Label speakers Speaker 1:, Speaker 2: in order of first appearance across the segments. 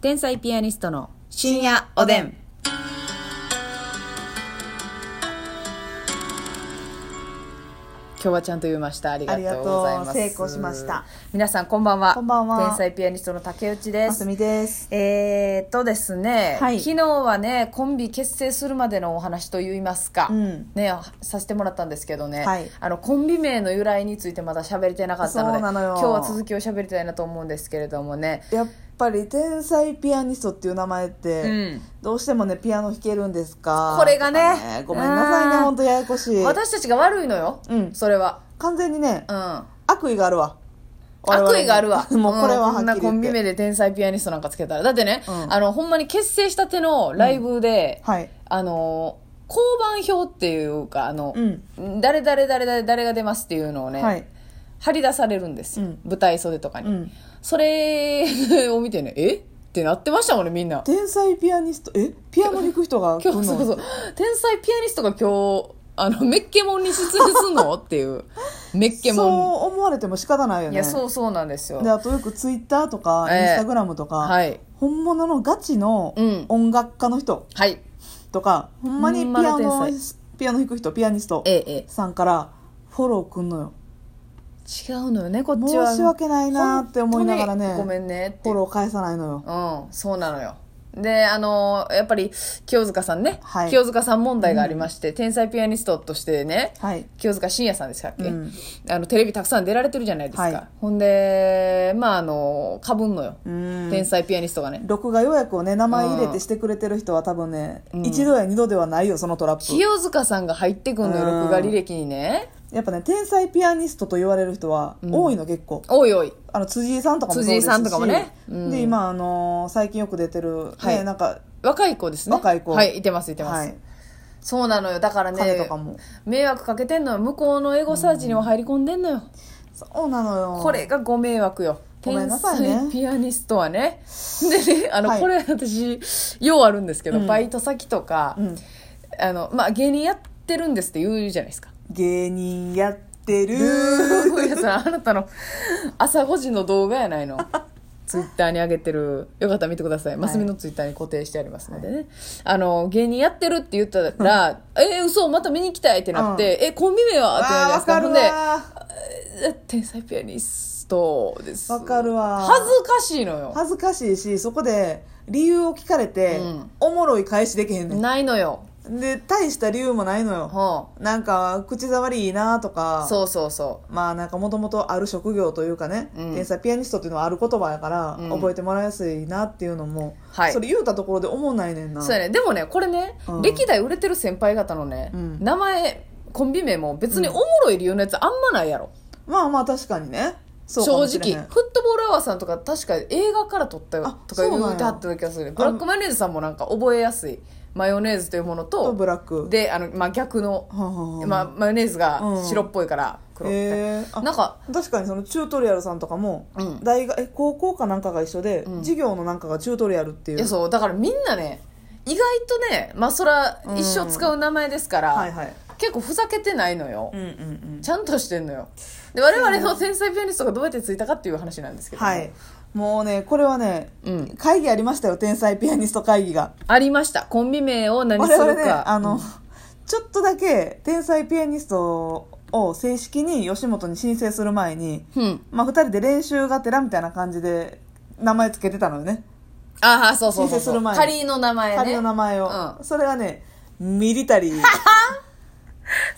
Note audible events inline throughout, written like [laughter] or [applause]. Speaker 1: 天才ピアニストの
Speaker 2: 深夜おでん。
Speaker 1: 今日はちゃんと言いましたありがとうございます
Speaker 2: ありがとう成功しました
Speaker 1: 皆さんこんばんは
Speaker 2: こんばんは
Speaker 1: 天才ピアニストの竹内で
Speaker 2: ますすみです。
Speaker 1: えー、っとですね、
Speaker 2: はい
Speaker 1: 昨日はねコンビ結成するまでのお話といいますか、
Speaker 2: うん
Speaker 1: ね、させてもらったんですけどね、
Speaker 2: はい
Speaker 1: あのコンビ名の由来についてまだ喋れてなかったので
Speaker 2: そうなのよ
Speaker 1: 今日は続きを喋りたいなと思うんですけれどもね、
Speaker 2: やっぱり天才ピアニストっていう名前っ
Speaker 1: う
Speaker 2: て、
Speaker 1: ん、
Speaker 2: どうしてもね、ピアノ弾けるんですか
Speaker 1: これがね
Speaker 2: とかごめんなさいね、
Speaker 1: うん
Speaker 2: ほんとややこしい。
Speaker 1: 私たちが悪いのよ、
Speaker 2: うん
Speaker 1: それは、
Speaker 2: 完全にね、
Speaker 1: うん、
Speaker 2: 悪意があるわ。
Speaker 1: 悪意があるわ
Speaker 2: [laughs] もうこれは
Speaker 1: ん
Speaker 2: は
Speaker 1: こん
Speaker 2: っきり言っ
Speaker 1: な
Speaker 2: て。
Speaker 1: コンビ名で天才ピアニストなんかつけたらだってね、
Speaker 2: うん
Speaker 1: あのほんまに結成したてのライブで、
Speaker 2: はい。
Speaker 1: あの交番表っていうかあの、
Speaker 2: うん。
Speaker 1: 誰誰誰誰誰が出ますっていうのをね、
Speaker 2: はい。
Speaker 1: 張り出されるんですよ、
Speaker 2: うん
Speaker 1: 舞台袖とかに、
Speaker 2: うん。
Speaker 1: それを見てねえってなってましたもんねみんな
Speaker 2: 天才ピアニスト、えピアノ弾く人が来
Speaker 1: 今
Speaker 2: る
Speaker 1: 日
Speaker 2: の
Speaker 1: そうそう天才ピアニストが今日あのメッケモンに出演すんのって
Speaker 2: [laughs]
Speaker 1: いうメッケ
Speaker 2: そう
Speaker 1: モ
Speaker 2: 思われても仕方ない
Speaker 1: ン、
Speaker 2: よね。
Speaker 1: いやそうそうなんですよ
Speaker 2: で、あとよくツイッターとか、
Speaker 1: ええ
Speaker 2: インスタグラムとか、
Speaker 1: はい
Speaker 2: 本物のガチの
Speaker 1: うん
Speaker 2: 音楽家の人、
Speaker 1: はい
Speaker 2: とかほんまにピア
Speaker 1: ほん
Speaker 2: ノ
Speaker 1: まの天
Speaker 2: ピアノ弾く人ピアニスト
Speaker 1: ええええ
Speaker 2: さんからフォローくんのよ
Speaker 1: 違うのよねこっ
Speaker 2: 申
Speaker 1: ちは
Speaker 2: し訳ないなーって思いながら
Speaker 1: 本当にごめ
Speaker 2: ね
Speaker 1: んねって
Speaker 2: フォロー返さないのよ
Speaker 1: うんそうなのよであのやっぱり清塚さんね、
Speaker 2: はい
Speaker 1: 清塚さん問題がありまして、天才ピアニストとしてね
Speaker 2: はい
Speaker 1: 清塚信也さんでしたっけ、
Speaker 2: うん
Speaker 1: あのテレビたくさん出られてるじゃないですか、
Speaker 2: はい
Speaker 1: ほんでまああのかぶんのよ、
Speaker 2: うん
Speaker 1: 天才ピアニストがね
Speaker 2: 録画予約をね名前入れ
Speaker 1: うん
Speaker 2: てしてくれてる人は多分ね、
Speaker 1: うん
Speaker 2: 一度や二度ではないよそのトラップ
Speaker 1: 清塚さんが入ってくんのよ
Speaker 2: うん
Speaker 1: 録画履歴にね
Speaker 2: やっぱね天才ピアニストと言われる人は多いの、結構
Speaker 1: おいおい
Speaker 2: あの辻井さんとかもそうですし
Speaker 1: 辻井さんとかもねうん
Speaker 2: で今、あのー最近よく出てる、ね
Speaker 1: はい
Speaker 2: なんか
Speaker 1: 若い子ですね
Speaker 2: 若い子
Speaker 1: はいいてますいてます、
Speaker 2: はい
Speaker 1: そうなのよだからね
Speaker 2: 彼とかも
Speaker 1: 迷惑かけてんのよ向こうのエゴサーチには入り込んでんのよ、
Speaker 2: そうなのよ
Speaker 1: これがご迷惑よ
Speaker 2: ごめん
Speaker 1: 天
Speaker 2: なさいね
Speaker 1: 才ピアニストは
Speaker 2: [laughs]
Speaker 1: ねでねあの、
Speaker 2: はい
Speaker 1: これ私ようあるんですけど、
Speaker 2: うん
Speaker 1: バイト先とか、
Speaker 2: うん
Speaker 1: あのまあ、芸人やってるんですって言うじゃないですか
Speaker 2: 芸人やってる
Speaker 1: [laughs] いうやつあなたの朝5時の動画やない
Speaker 2: [laughs]
Speaker 1: のツイッターに上げてるよかったら見てくださいますみのツイッターに固定してありますのでね、あの芸人やってるって言ったら「えー、嘘また見に行きたい」ってなって「えコンビ名は?」ってなるじゃない
Speaker 2: あ
Speaker 1: です
Speaker 2: 分
Speaker 1: か
Speaker 2: か
Speaker 1: ほ
Speaker 2: る
Speaker 1: んで
Speaker 2: わ
Speaker 1: え「天才ピアニストです」
Speaker 2: わかるわ
Speaker 1: 恥ずかしいのよ
Speaker 2: 恥ずかしいしそこで理由を聞かれて、
Speaker 1: うん
Speaker 2: おもろい返しできへんね
Speaker 1: ないのよ、
Speaker 2: んで大した理由もないのよ
Speaker 1: ほ
Speaker 2: なんか口触りいいなと
Speaker 1: う
Speaker 2: か
Speaker 1: そうそうそ
Speaker 2: まあなんかもともとある職業というかね、
Speaker 1: うん
Speaker 2: 天才ピアニストっていうのはある言葉やから、
Speaker 1: うん
Speaker 2: 覚えてもらいやすいなっていうのも、
Speaker 1: はい
Speaker 2: それ言うたところで思わないねん
Speaker 1: う
Speaker 2: な
Speaker 1: そうやねでもねこれね、
Speaker 2: うん
Speaker 1: 歴代売れてる先輩方のね、
Speaker 2: うん
Speaker 1: 名前コンビ名も別におもろい理由のやつあんまないやろ、
Speaker 2: まあまあ確かにねそうか
Speaker 1: 正
Speaker 2: もしれへ
Speaker 1: 直
Speaker 2: ん
Speaker 1: フットボールアワーさんとか確か映画から撮ったよ
Speaker 2: あ
Speaker 1: とか
Speaker 2: そう
Speaker 1: 言
Speaker 2: なんや
Speaker 1: うてはった気がするブラックマヨネーズさんもなんか覚えやすいマヨネーズというもの
Speaker 2: と
Speaker 1: と
Speaker 2: ブラック
Speaker 1: であの、まあ、逆の、
Speaker 2: はんはんはん
Speaker 1: まあ、マヨネーズが
Speaker 2: うん
Speaker 1: 白っぽいから黒っぽい
Speaker 2: へーあ
Speaker 1: なんか
Speaker 2: 確かにそのチュートリアルさんとかも、
Speaker 1: うん
Speaker 2: 大学え高校かなんかが一緒で、
Speaker 1: うん
Speaker 2: 授業のなんかがチュートリアルってい
Speaker 1: いうやそうだからみんなね意外とねまあそら
Speaker 2: うん
Speaker 1: 一生使う名前ですから、
Speaker 2: はいはい
Speaker 1: 結構ふざけてないのよ、
Speaker 2: うんうんうん
Speaker 1: ちゃんとしてんのよで我々の天才ピアニストがどうやってついたかっていう話なんですけども
Speaker 2: はいもうねこれはね、
Speaker 1: うん
Speaker 2: 会議ありましたよ天才ピアニスト会議が
Speaker 1: ありましたコンビ名を何
Speaker 2: 我
Speaker 1: するか
Speaker 2: 々ねあの、
Speaker 1: うん
Speaker 2: ちょっとだけ天才ピアニストを正式に吉本に申請する前に、
Speaker 1: うん
Speaker 2: まあ、2人で練習がてらみたいな感じで名前つけてたのよね
Speaker 1: ああそうそうそう
Speaker 2: 申
Speaker 1: そ
Speaker 2: 請す
Speaker 1: う
Speaker 2: る前に
Speaker 1: 仮の名前ね
Speaker 2: 仮の名前
Speaker 1: う
Speaker 2: を、
Speaker 1: ん
Speaker 2: それがねミリ
Speaker 1: [laughs]
Speaker 2: タリー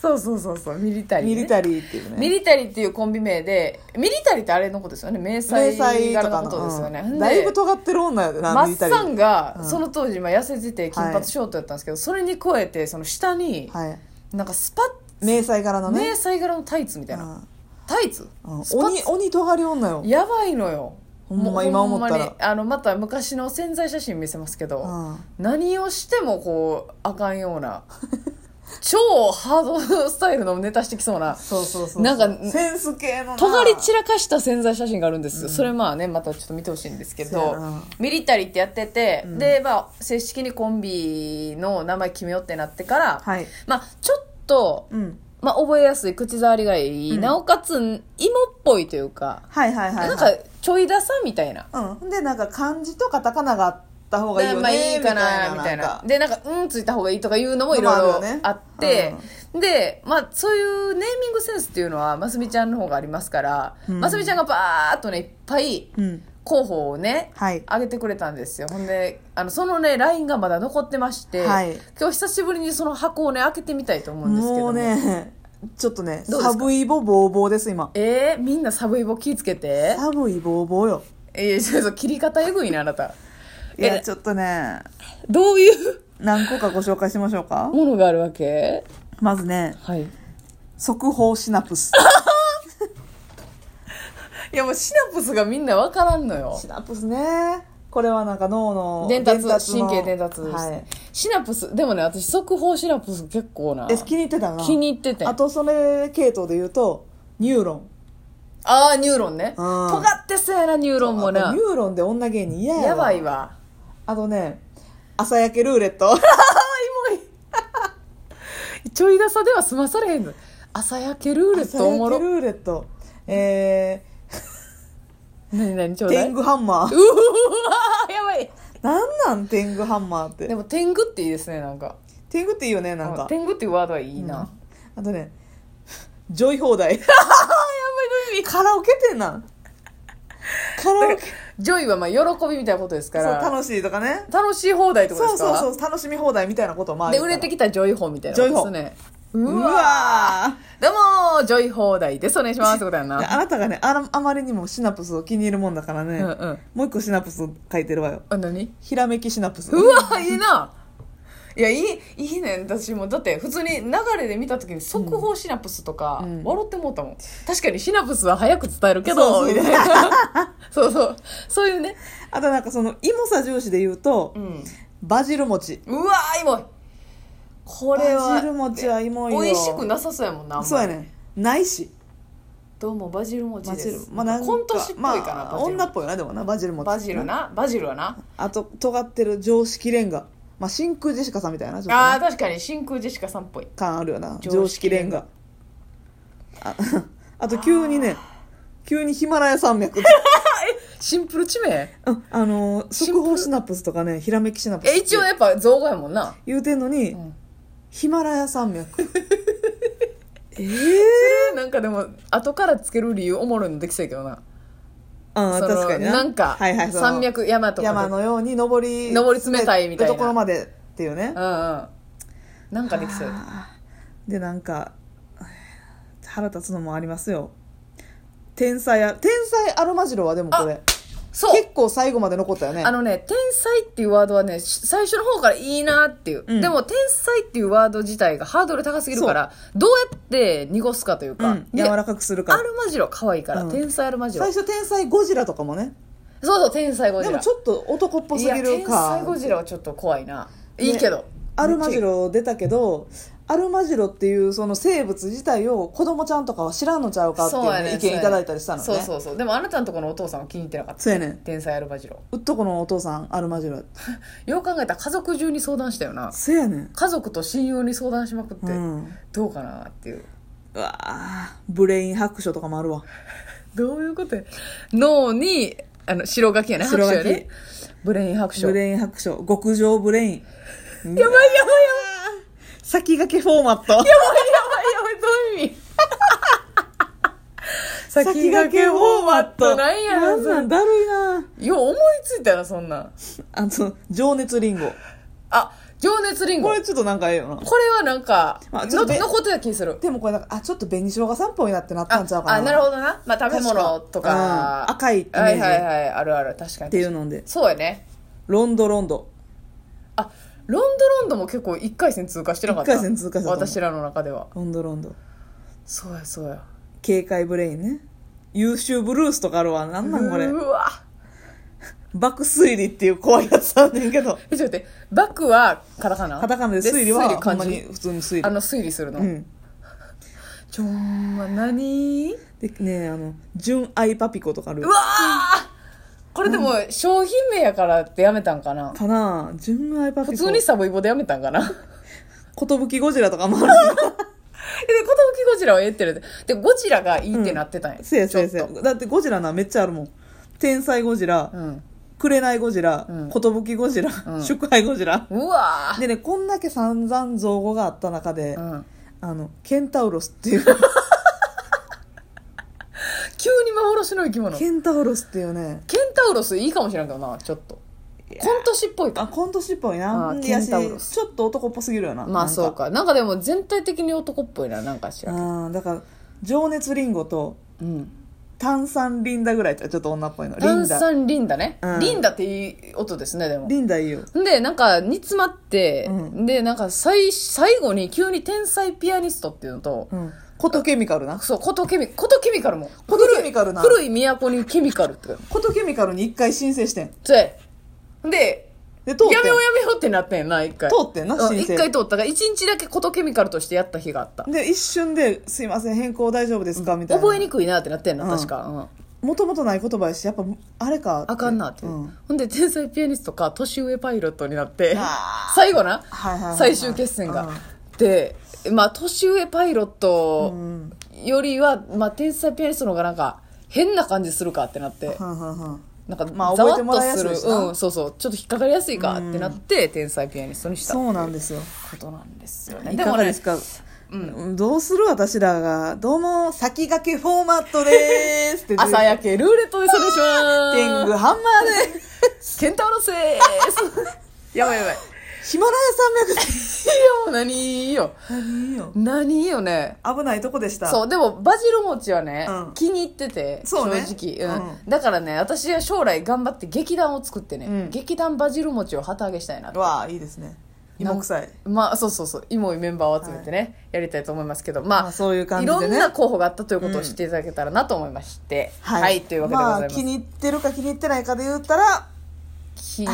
Speaker 1: そうそうそうそうミリタリーね、
Speaker 2: ミリタリーっていうね
Speaker 1: ミリタリーっていうコンビ名でミリタリーってあれのことですよね迷
Speaker 2: 迷
Speaker 1: 彩
Speaker 2: 彩と
Speaker 1: 柄
Speaker 2: か
Speaker 1: のことですよね、
Speaker 2: うん
Speaker 1: で
Speaker 2: だいぶ尖ってる女やでな
Speaker 1: マ
Speaker 2: ミ
Speaker 1: ッ
Speaker 2: リタ
Speaker 1: サ
Speaker 2: リー
Speaker 1: ンが、
Speaker 2: うん
Speaker 1: その当時、まあ、痩せてて金
Speaker 2: は
Speaker 1: 髪
Speaker 2: い
Speaker 1: ショートやったんですけど、それに加えてその下に、
Speaker 2: はい
Speaker 1: なんかスパッ
Speaker 2: 迷彩柄のね
Speaker 1: 迷彩柄のタイツみたいな、タイツ、
Speaker 2: うんうん
Speaker 1: スパッ
Speaker 2: 鬼鬼尖り女よ
Speaker 1: やばいのよ
Speaker 2: ほんま
Speaker 1: もう
Speaker 2: 今思ったら
Speaker 1: ほんまにあのまた昔の宣材写真見せますけど、
Speaker 2: うん
Speaker 1: 何をしてもこうあかんよう
Speaker 2: [laughs]
Speaker 1: な超ハードスタイルのネタしてきそうな
Speaker 2: そうそうそう
Speaker 1: なんか
Speaker 2: センス系のな
Speaker 1: 尖り散らかした宣材写真があるんですよ、それまあねまたちょっと見てほしいんですけ
Speaker 2: そう
Speaker 1: ど
Speaker 2: やな
Speaker 1: ミリタリーってやってて、でまあ正式にコンビの名前決めようってなってから、
Speaker 2: はい
Speaker 1: まあちょっと、
Speaker 2: うん
Speaker 1: まあ、覚えやすい口触りがいい、
Speaker 2: うん
Speaker 1: なおかつ芋っぽいというか、
Speaker 2: はいはいはいはい
Speaker 1: なんかちょい出さみたいな。
Speaker 2: うんでなんか漢字とカタカナがあった方がいいよね
Speaker 1: まあいいかなみ
Speaker 2: み
Speaker 1: た
Speaker 2: た
Speaker 1: い
Speaker 2: い
Speaker 1: な
Speaker 2: な
Speaker 1: でなんか「うん」ついた方がいいとかいうのもいろい
Speaker 2: まああ
Speaker 1: ろ
Speaker 2: るよね
Speaker 1: あって、で、まあ、そういうネーミングセンスっていうのはますみちゃんの方がありますから、
Speaker 2: うん
Speaker 1: ますみちゃんがバーっとねいっぱい
Speaker 2: うん
Speaker 1: 候補をね、
Speaker 2: はい
Speaker 1: 上げてくれたんですよほんであのそのね LINE がまだ残ってまして、
Speaker 2: はい
Speaker 1: 今日久しぶりにその箱をね開けてみたいと思うんですけど
Speaker 2: も
Speaker 1: も
Speaker 2: うねちょっとね
Speaker 1: どうですか
Speaker 2: サブイボボーボーです今
Speaker 1: えー、みんなサブイボ気ぃつけて
Speaker 2: サブイボーボーよ
Speaker 1: えー、ちょっと切り方えぐいなあなた
Speaker 2: いや
Speaker 1: え
Speaker 2: ちょっとね
Speaker 1: どういう
Speaker 2: 何個かご紹介しましょうか
Speaker 1: ものがあるわけ
Speaker 2: まずね
Speaker 1: はい
Speaker 2: 速報シナプス
Speaker 1: いやもうシナプスがみんなわからんのよ
Speaker 2: シナプスねこれはなんか脳の
Speaker 1: 伝達
Speaker 2: の
Speaker 1: 神経伝達、
Speaker 2: はい
Speaker 1: シナプスでもね私速報シナプス結構な
Speaker 2: え気に入ってたな
Speaker 1: 気に入ってて
Speaker 2: あとそれ系統で言うとニューロン
Speaker 1: ああニューロンね
Speaker 2: うん
Speaker 1: 尖ってそうやなニューロンも
Speaker 2: あ
Speaker 1: な
Speaker 2: とニューロンで女芸人嫌や
Speaker 1: やばい
Speaker 2: わ
Speaker 1: わ
Speaker 2: あとね朝焼けルーレ
Speaker 1: [laughs]
Speaker 2: ット
Speaker 1: ちょい傘では済まされへんの朝焼けルーレッ
Speaker 2: 朝
Speaker 1: トお
Speaker 2: 焼
Speaker 1: も
Speaker 2: けル
Speaker 1: ろ
Speaker 2: ーレットえ
Speaker 1: 何何ちょ
Speaker 2: ー、
Speaker 1: うだ
Speaker 2: テ
Speaker 1: い
Speaker 2: ン
Speaker 1: う
Speaker 2: グハンマー
Speaker 1: わやばい
Speaker 2: なんなんテングハンマーって
Speaker 1: でも天狗っていいですねなんか
Speaker 2: 天狗っていいよねなん
Speaker 1: あ
Speaker 2: か
Speaker 1: 天狗っていうワードはいいな、
Speaker 2: あとねジョイ放
Speaker 1: [laughs]
Speaker 2: 題カラオケ店なんカラオケ
Speaker 1: ジョイはまあ喜びみたいなことですか
Speaker 2: そう
Speaker 1: ら
Speaker 2: 楽しいとかね
Speaker 1: 楽しい放題ってことで
Speaker 2: そう
Speaker 1: すか
Speaker 2: そうそう楽しみ放題みたいなこともある
Speaker 1: で
Speaker 2: か
Speaker 1: 売
Speaker 2: ら
Speaker 1: れてきたジョイホーみたいなことですね
Speaker 2: うわ
Speaker 1: うわーどうもージョイ放題ですお願いしますってことやん
Speaker 2: で
Speaker 1: な
Speaker 2: あなたがねあらあまりにもシナプスを気に入るもんだからね、
Speaker 1: うんうん
Speaker 2: もう一個シナプス書いてるわよ
Speaker 1: あ何
Speaker 2: ひらめきシナプス
Speaker 1: うわいいないやいいいいねん私もだって普通に流れで見た時に速報シナプスとか、
Speaker 2: うん
Speaker 1: 笑ってもうたもん確かにシナプスは早く伝えるけど
Speaker 2: そうそ
Speaker 1: み
Speaker 2: う
Speaker 1: たい
Speaker 2: [laughs]
Speaker 1: なそうそうそういうね、
Speaker 2: あとなんかそのイモさ重視で言うと、
Speaker 1: うん、
Speaker 2: バジル餅
Speaker 1: うわーイモいこ
Speaker 2: こ
Speaker 1: れ
Speaker 2: バジル
Speaker 1: は
Speaker 2: 餅はイモいよ
Speaker 1: 美味しくなさそうやもんなあんまり
Speaker 2: そうやねないし
Speaker 1: どうもバジル餅
Speaker 2: バ
Speaker 1: で
Speaker 2: ジ
Speaker 1: す
Speaker 2: ルまあなんか
Speaker 1: コント師っぽいかな、
Speaker 2: まあ
Speaker 1: バジル
Speaker 2: 女っぽいよなでもなバジル餅
Speaker 1: バジルなバジルはな
Speaker 2: あと尖ってる常識レンガまあ真空ジェシカさんみたいなちょっと
Speaker 1: あー
Speaker 2: な
Speaker 1: 確かに真空ジェシカさんっぽい
Speaker 2: 感あるよな
Speaker 1: 常
Speaker 2: 常
Speaker 1: 識
Speaker 2: 識
Speaker 1: レ
Speaker 2: レ
Speaker 1: ン
Speaker 2: ン
Speaker 1: ガ
Speaker 2: ガあ [laughs] あと急にね急にヒマラヤ
Speaker 1: [laughs]
Speaker 2: 山脈
Speaker 1: シンプル地名
Speaker 2: うんあのー
Speaker 1: シンプル
Speaker 2: 速報シナプスとかねひらめきシナプス
Speaker 1: え一応やっぱ造語やもんな
Speaker 2: 言うてんのに、
Speaker 1: ん
Speaker 2: ヒマラヤ山脈ええ
Speaker 1: えなんかでも後からつける理由おもろいのできそうやけどな
Speaker 2: ああ
Speaker 1: その
Speaker 2: 確かになん
Speaker 1: か
Speaker 2: はいはい、その
Speaker 1: 山脈山とかで
Speaker 2: 山のように登り
Speaker 1: 登り詰めたいみたいな
Speaker 2: ところまでっていうね
Speaker 1: うんうんなんかできそうや
Speaker 2: あーでなんか腹立つのもありますよ天才あ天才アロマジロはでもこれ
Speaker 1: そう
Speaker 2: 結構最後まで残ったよね
Speaker 1: あのね天才っていうワードはねし最初の方からいいなっていう、
Speaker 2: うん
Speaker 1: でも天才っていうワード自体がハードル高すぎるからどうやって濁すかという
Speaker 2: う
Speaker 1: か、
Speaker 2: ん、
Speaker 1: で
Speaker 2: 柔らかくするか
Speaker 1: ア
Speaker 2: ら
Speaker 1: ルマジロ可愛いから、
Speaker 2: うん
Speaker 1: 天才アルマジロ
Speaker 2: 最
Speaker 1: そう
Speaker 2: 初天才ゴジラとかもね
Speaker 1: そう天才ゴジ
Speaker 2: で
Speaker 1: ラ
Speaker 2: もちょっと男っぽすぎ
Speaker 1: いや
Speaker 2: る
Speaker 1: 天
Speaker 2: か
Speaker 1: 才ゴジラはちょっと怖いな、いいけど
Speaker 2: アルマジロ出たけどアルマジロっていうその生物自体を子供ちゃんとかは知らんのちゃうかっていうね、意見いただいたりしたのね
Speaker 1: そうそうそうでもあなたのところのお父さんは気に入ってなかった
Speaker 2: そうやねん
Speaker 1: 天才アルバジロ
Speaker 2: うっとこのお父さんアルマジロやった
Speaker 1: よう考えたら家族中に相談したよな
Speaker 2: そうやねん
Speaker 1: 家族と親友に相談しまくって、
Speaker 2: うん
Speaker 1: どうかなっていう
Speaker 2: うわあブレイン白書とかもあるわ
Speaker 1: どういうことや脳にあの白書きやね白
Speaker 2: 白
Speaker 1: 書
Speaker 2: 書き
Speaker 1: やねブレイン白書
Speaker 2: ブレイン白書極上ブレインやばいやばいやばい先駆けフォーマット
Speaker 1: やばいやばいやばいどういう意味先
Speaker 2: 先
Speaker 1: 駆
Speaker 2: 駆
Speaker 1: け
Speaker 2: け
Speaker 1: フォ
Speaker 2: フォ
Speaker 1: ー
Speaker 2: ー
Speaker 1: マ
Speaker 2: マ
Speaker 1: ッ
Speaker 2: ッ
Speaker 1: ト
Speaker 2: ト
Speaker 1: なんや
Speaker 2: なんなんだるいな
Speaker 1: よう思いついたなそんなん
Speaker 2: あと情熱リンゴ
Speaker 1: あ情熱リンゴこ
Speaker 2: これ
Speaker 1: れ
Speaker 2: ちょっとなんかええよな
Speaker 1: はなんか、
Speaker 2: まあちょ
Speaker 1: の
Speaker 2: っとべ
Speaker 1: 残ってた気する
Speaker 2: でもこれなんかあちょっと紅生姜さんっぽいなってなった
Speaker 1: あ
Speaker 2: んちゃうかな
Speaker 1: あなるほどな、まあ、食べ物とか
Speaker 2: 確かうん赤いイメージ
Speaker 1: はいはいはいあるある確かに
Speaker 2: っていうので
Speaker 1: そうやね
Speaker 2: ロンドロンド
Speaker 1: あロンドロンドも結構1回戦通過してなかった
Speaker 2: 一回戦通過したと思う
Speaker 1: 私らの中では
Speaker 2: ロンドロンド
Speaker 1: そうやそうや
Speaker 2: 警戒ブレインね優秀ブルースとかあるわなんなんこれ
Speaker 1: うわ
Speaker 2: 爆推理っていう怖いやつあんねんけど
Speaker 1: えちょっと待ってバクはカタカナ
Speaker 2: カタカナで推理は
Speaker 1: で
Speaker 2: ほ
Speaker 1: 漢
Speaker 2: んまに
Speaker 1: 字
Speaker 2: 普通に推
Speaker 1: あ
Speaker 2: 理
Speaker 1: の推理するの、
Speaker 2: うん
Speaker 1: ちょんま何
Speaker 2: でねあの純愛パピコとかある
Speaker 1: うわーこれでも商品名やからってやめたんかな
Speaker 2: かなあ純愛パピコ
Speaker 1: 普通にサブイボでやめたんかな [laughs] えで
Speaker 2: 寿ゴジラとかもある
Speaker 1: 寿ゴジラはええってるででゴジラがいいってなってたんや、
Speaker 2: せやせや
Speaker 1: ち
Speaker 2: せ
Speaker 1: ょっ
Speaker 2: や
Speaker 1: と
Speaker 2: だってゴジラなめっちゃあるもん天才ゴジラ
Speaker 1: う、ん
Speaker 2: 紅ゴジラ
Speaker 1: うん、
Speaker 2: 寿ゴジラ
Speaker 1: う、ん
Speaker 2: 祝杯ゴジラ。
Speaker 1: うわー
Speaker 2: でね、こんだけ散々造語があった中で、
Speaker 1: うん、
Speaker 2: あの、ケンタウロス
Speaker 1: [laughs]
Speaker 2: っていう、
Speaker 1: 急に幻の生き物ケ
Speaker 2: ケンタウロスっていうね、
Speaker 1: ンタウロスいいかもしれんけどなちょっとコント師っぽい
Speaker 2: あ、
Speaker 1: か
Speaker 2: コント師っぽい
Speaker 1: あ
Speaker 2: な。
Speaker 1: ー
Speaker 2: いや
Speaker 1: ケン
Speaker 2: し、
Speaker 1: タウロス
Speaker 2: ちょっと男っぽすぎるよな。
Speaker 1: ま
Speaker 2: な
Speaker 1: あ
Speaker 2: んか
Speaker 1: そう。かなんかでも全体的に男っぽいななんかしらんけど
Speaker 2: あーだから、情熱リンゴと
Speaker 1: うん
Speaker 2: 炭酸リンダぐらいちょっと女っぽいの。リ
Speaker 1: 炭
Speaker 2: ンダ。
Speaker 1: 酸リンダね、
Speaker 2: うん
Speaker 1: リンダっていい音ですねでも
Speaker 2: リンダいいよ。
Speaker 1: でなんか煮詰まって、
Speaker 2: うん
Speaker 1: でなんか最最後に急に天才ピアニストっていうのと、
Speaker 2: うん。コトケミカルな。
Speaker 1: そうコトケミコトケミカルも
Speaker 2: コトケミカルな。
Speaker 1: 古い都にケミカルって書いてある
Speaker 2: コトケミカルに一回申請してん。
Speaker 1: それで
Speaker 2: で、通ってん。
Speaker 1: やめようやめようってなったんやな一回
Speaker 2: 通ってんな、
Speaker 1: うん
Speaker 2: 申
Speaker 1: 一
Speaker 2: 請。
Speaker 1: 回通ったから一日だけコトケミカルとしてやった日があった
Speaker 2: で、一瞬で、すいません、変更大丈夫ですかみたいな。
Speaker 1: 覚えにくいなってなってんの、
Speaker 2: うん
Speaker 1: 確か、うん、
Speaker 2: もともとない言葉やし、やっぱ、あれか。
Speaker 1: あかんなって、
Speaker 2: うん
Speaker 1: ほんで天才ピアニストか年上パイロットになって
Speaker 2: あ
Speaker 1: 最後な
Speaker 2: はいはいはいはい
Speaker 1: 最終決戦が、でまあ年上パイロット
Speaker 2: うん。は
Speaker 1: よりは、まあ、天才ピアニストの方がなんか変な感じするかってなって
Speaker 2: んはんはん
Speaker 1: なんか
Speaker 2: まあ
Speaker 1: ざわ
Speaker 2: 覚えて
Speaker 1: っ
Speaker 2: も
Speaker 1: と
Speaker 2: らいや
Speaker 1: す
Speaker 2: す
Speaker 1: る、
Speaker 2: いしな
Speaker 1: うん、そうそうちょっと引っかかりやすいかってなって、天才ピアニストにしたってい
Speaker 2: そうなんですよ。
Speaker 1: ことなんですよね
Speaker 2: い
Speaker 1: で
Speaker 2: か
Speaker 1: も
Speaker 2: が
Speaker 1: ね
Speaker 2: ですかうんどうする私らが。どうも、先駆けフォーマットでーすって。
Speaker 1: 朝焼けルーレットでそれしま
Speaker 2: 天狗
Speaker 1: ー
Speaker 2: ハンマーです
Speaker 1: ケンタウロスでーすやばいやばいいや
Speaker 2: す。ヒマラヤ山
Speaker 1: もう何よ
Speaker 2: 脈で。いいよ。
Speaker 1: 何よね
Speaker 2: 危ないとこでした。
Speaker 1: そうでもバジル餅はね、
Speaker 2: うん
Speaker 1: 気に入ってて
Speaker 2: そうね
Speaker 1: 正直、うん
Speaker 2: う
Speaker 1: だからね私は将来頑張って劇団を作ってね、
Speaker 2: うん
Speaker 1: 劇団バジル餅を旗揚げしたいなと
Speaker 2: わあ、いいですね。芋臭い。
Speaker 1: まあそうそうそうイモいメンバーを集めてね、やりたいと思いますけどまあ、
Speaker 2: まあそういう感じでね
Speaker 1: いろんな候補があったということを知っていただけたらなと思いまして、はい、というわけでございます、
Speaker 2: まあ、気に入ってるか気に入ってないかで言ったら、
Speaker 1: 気に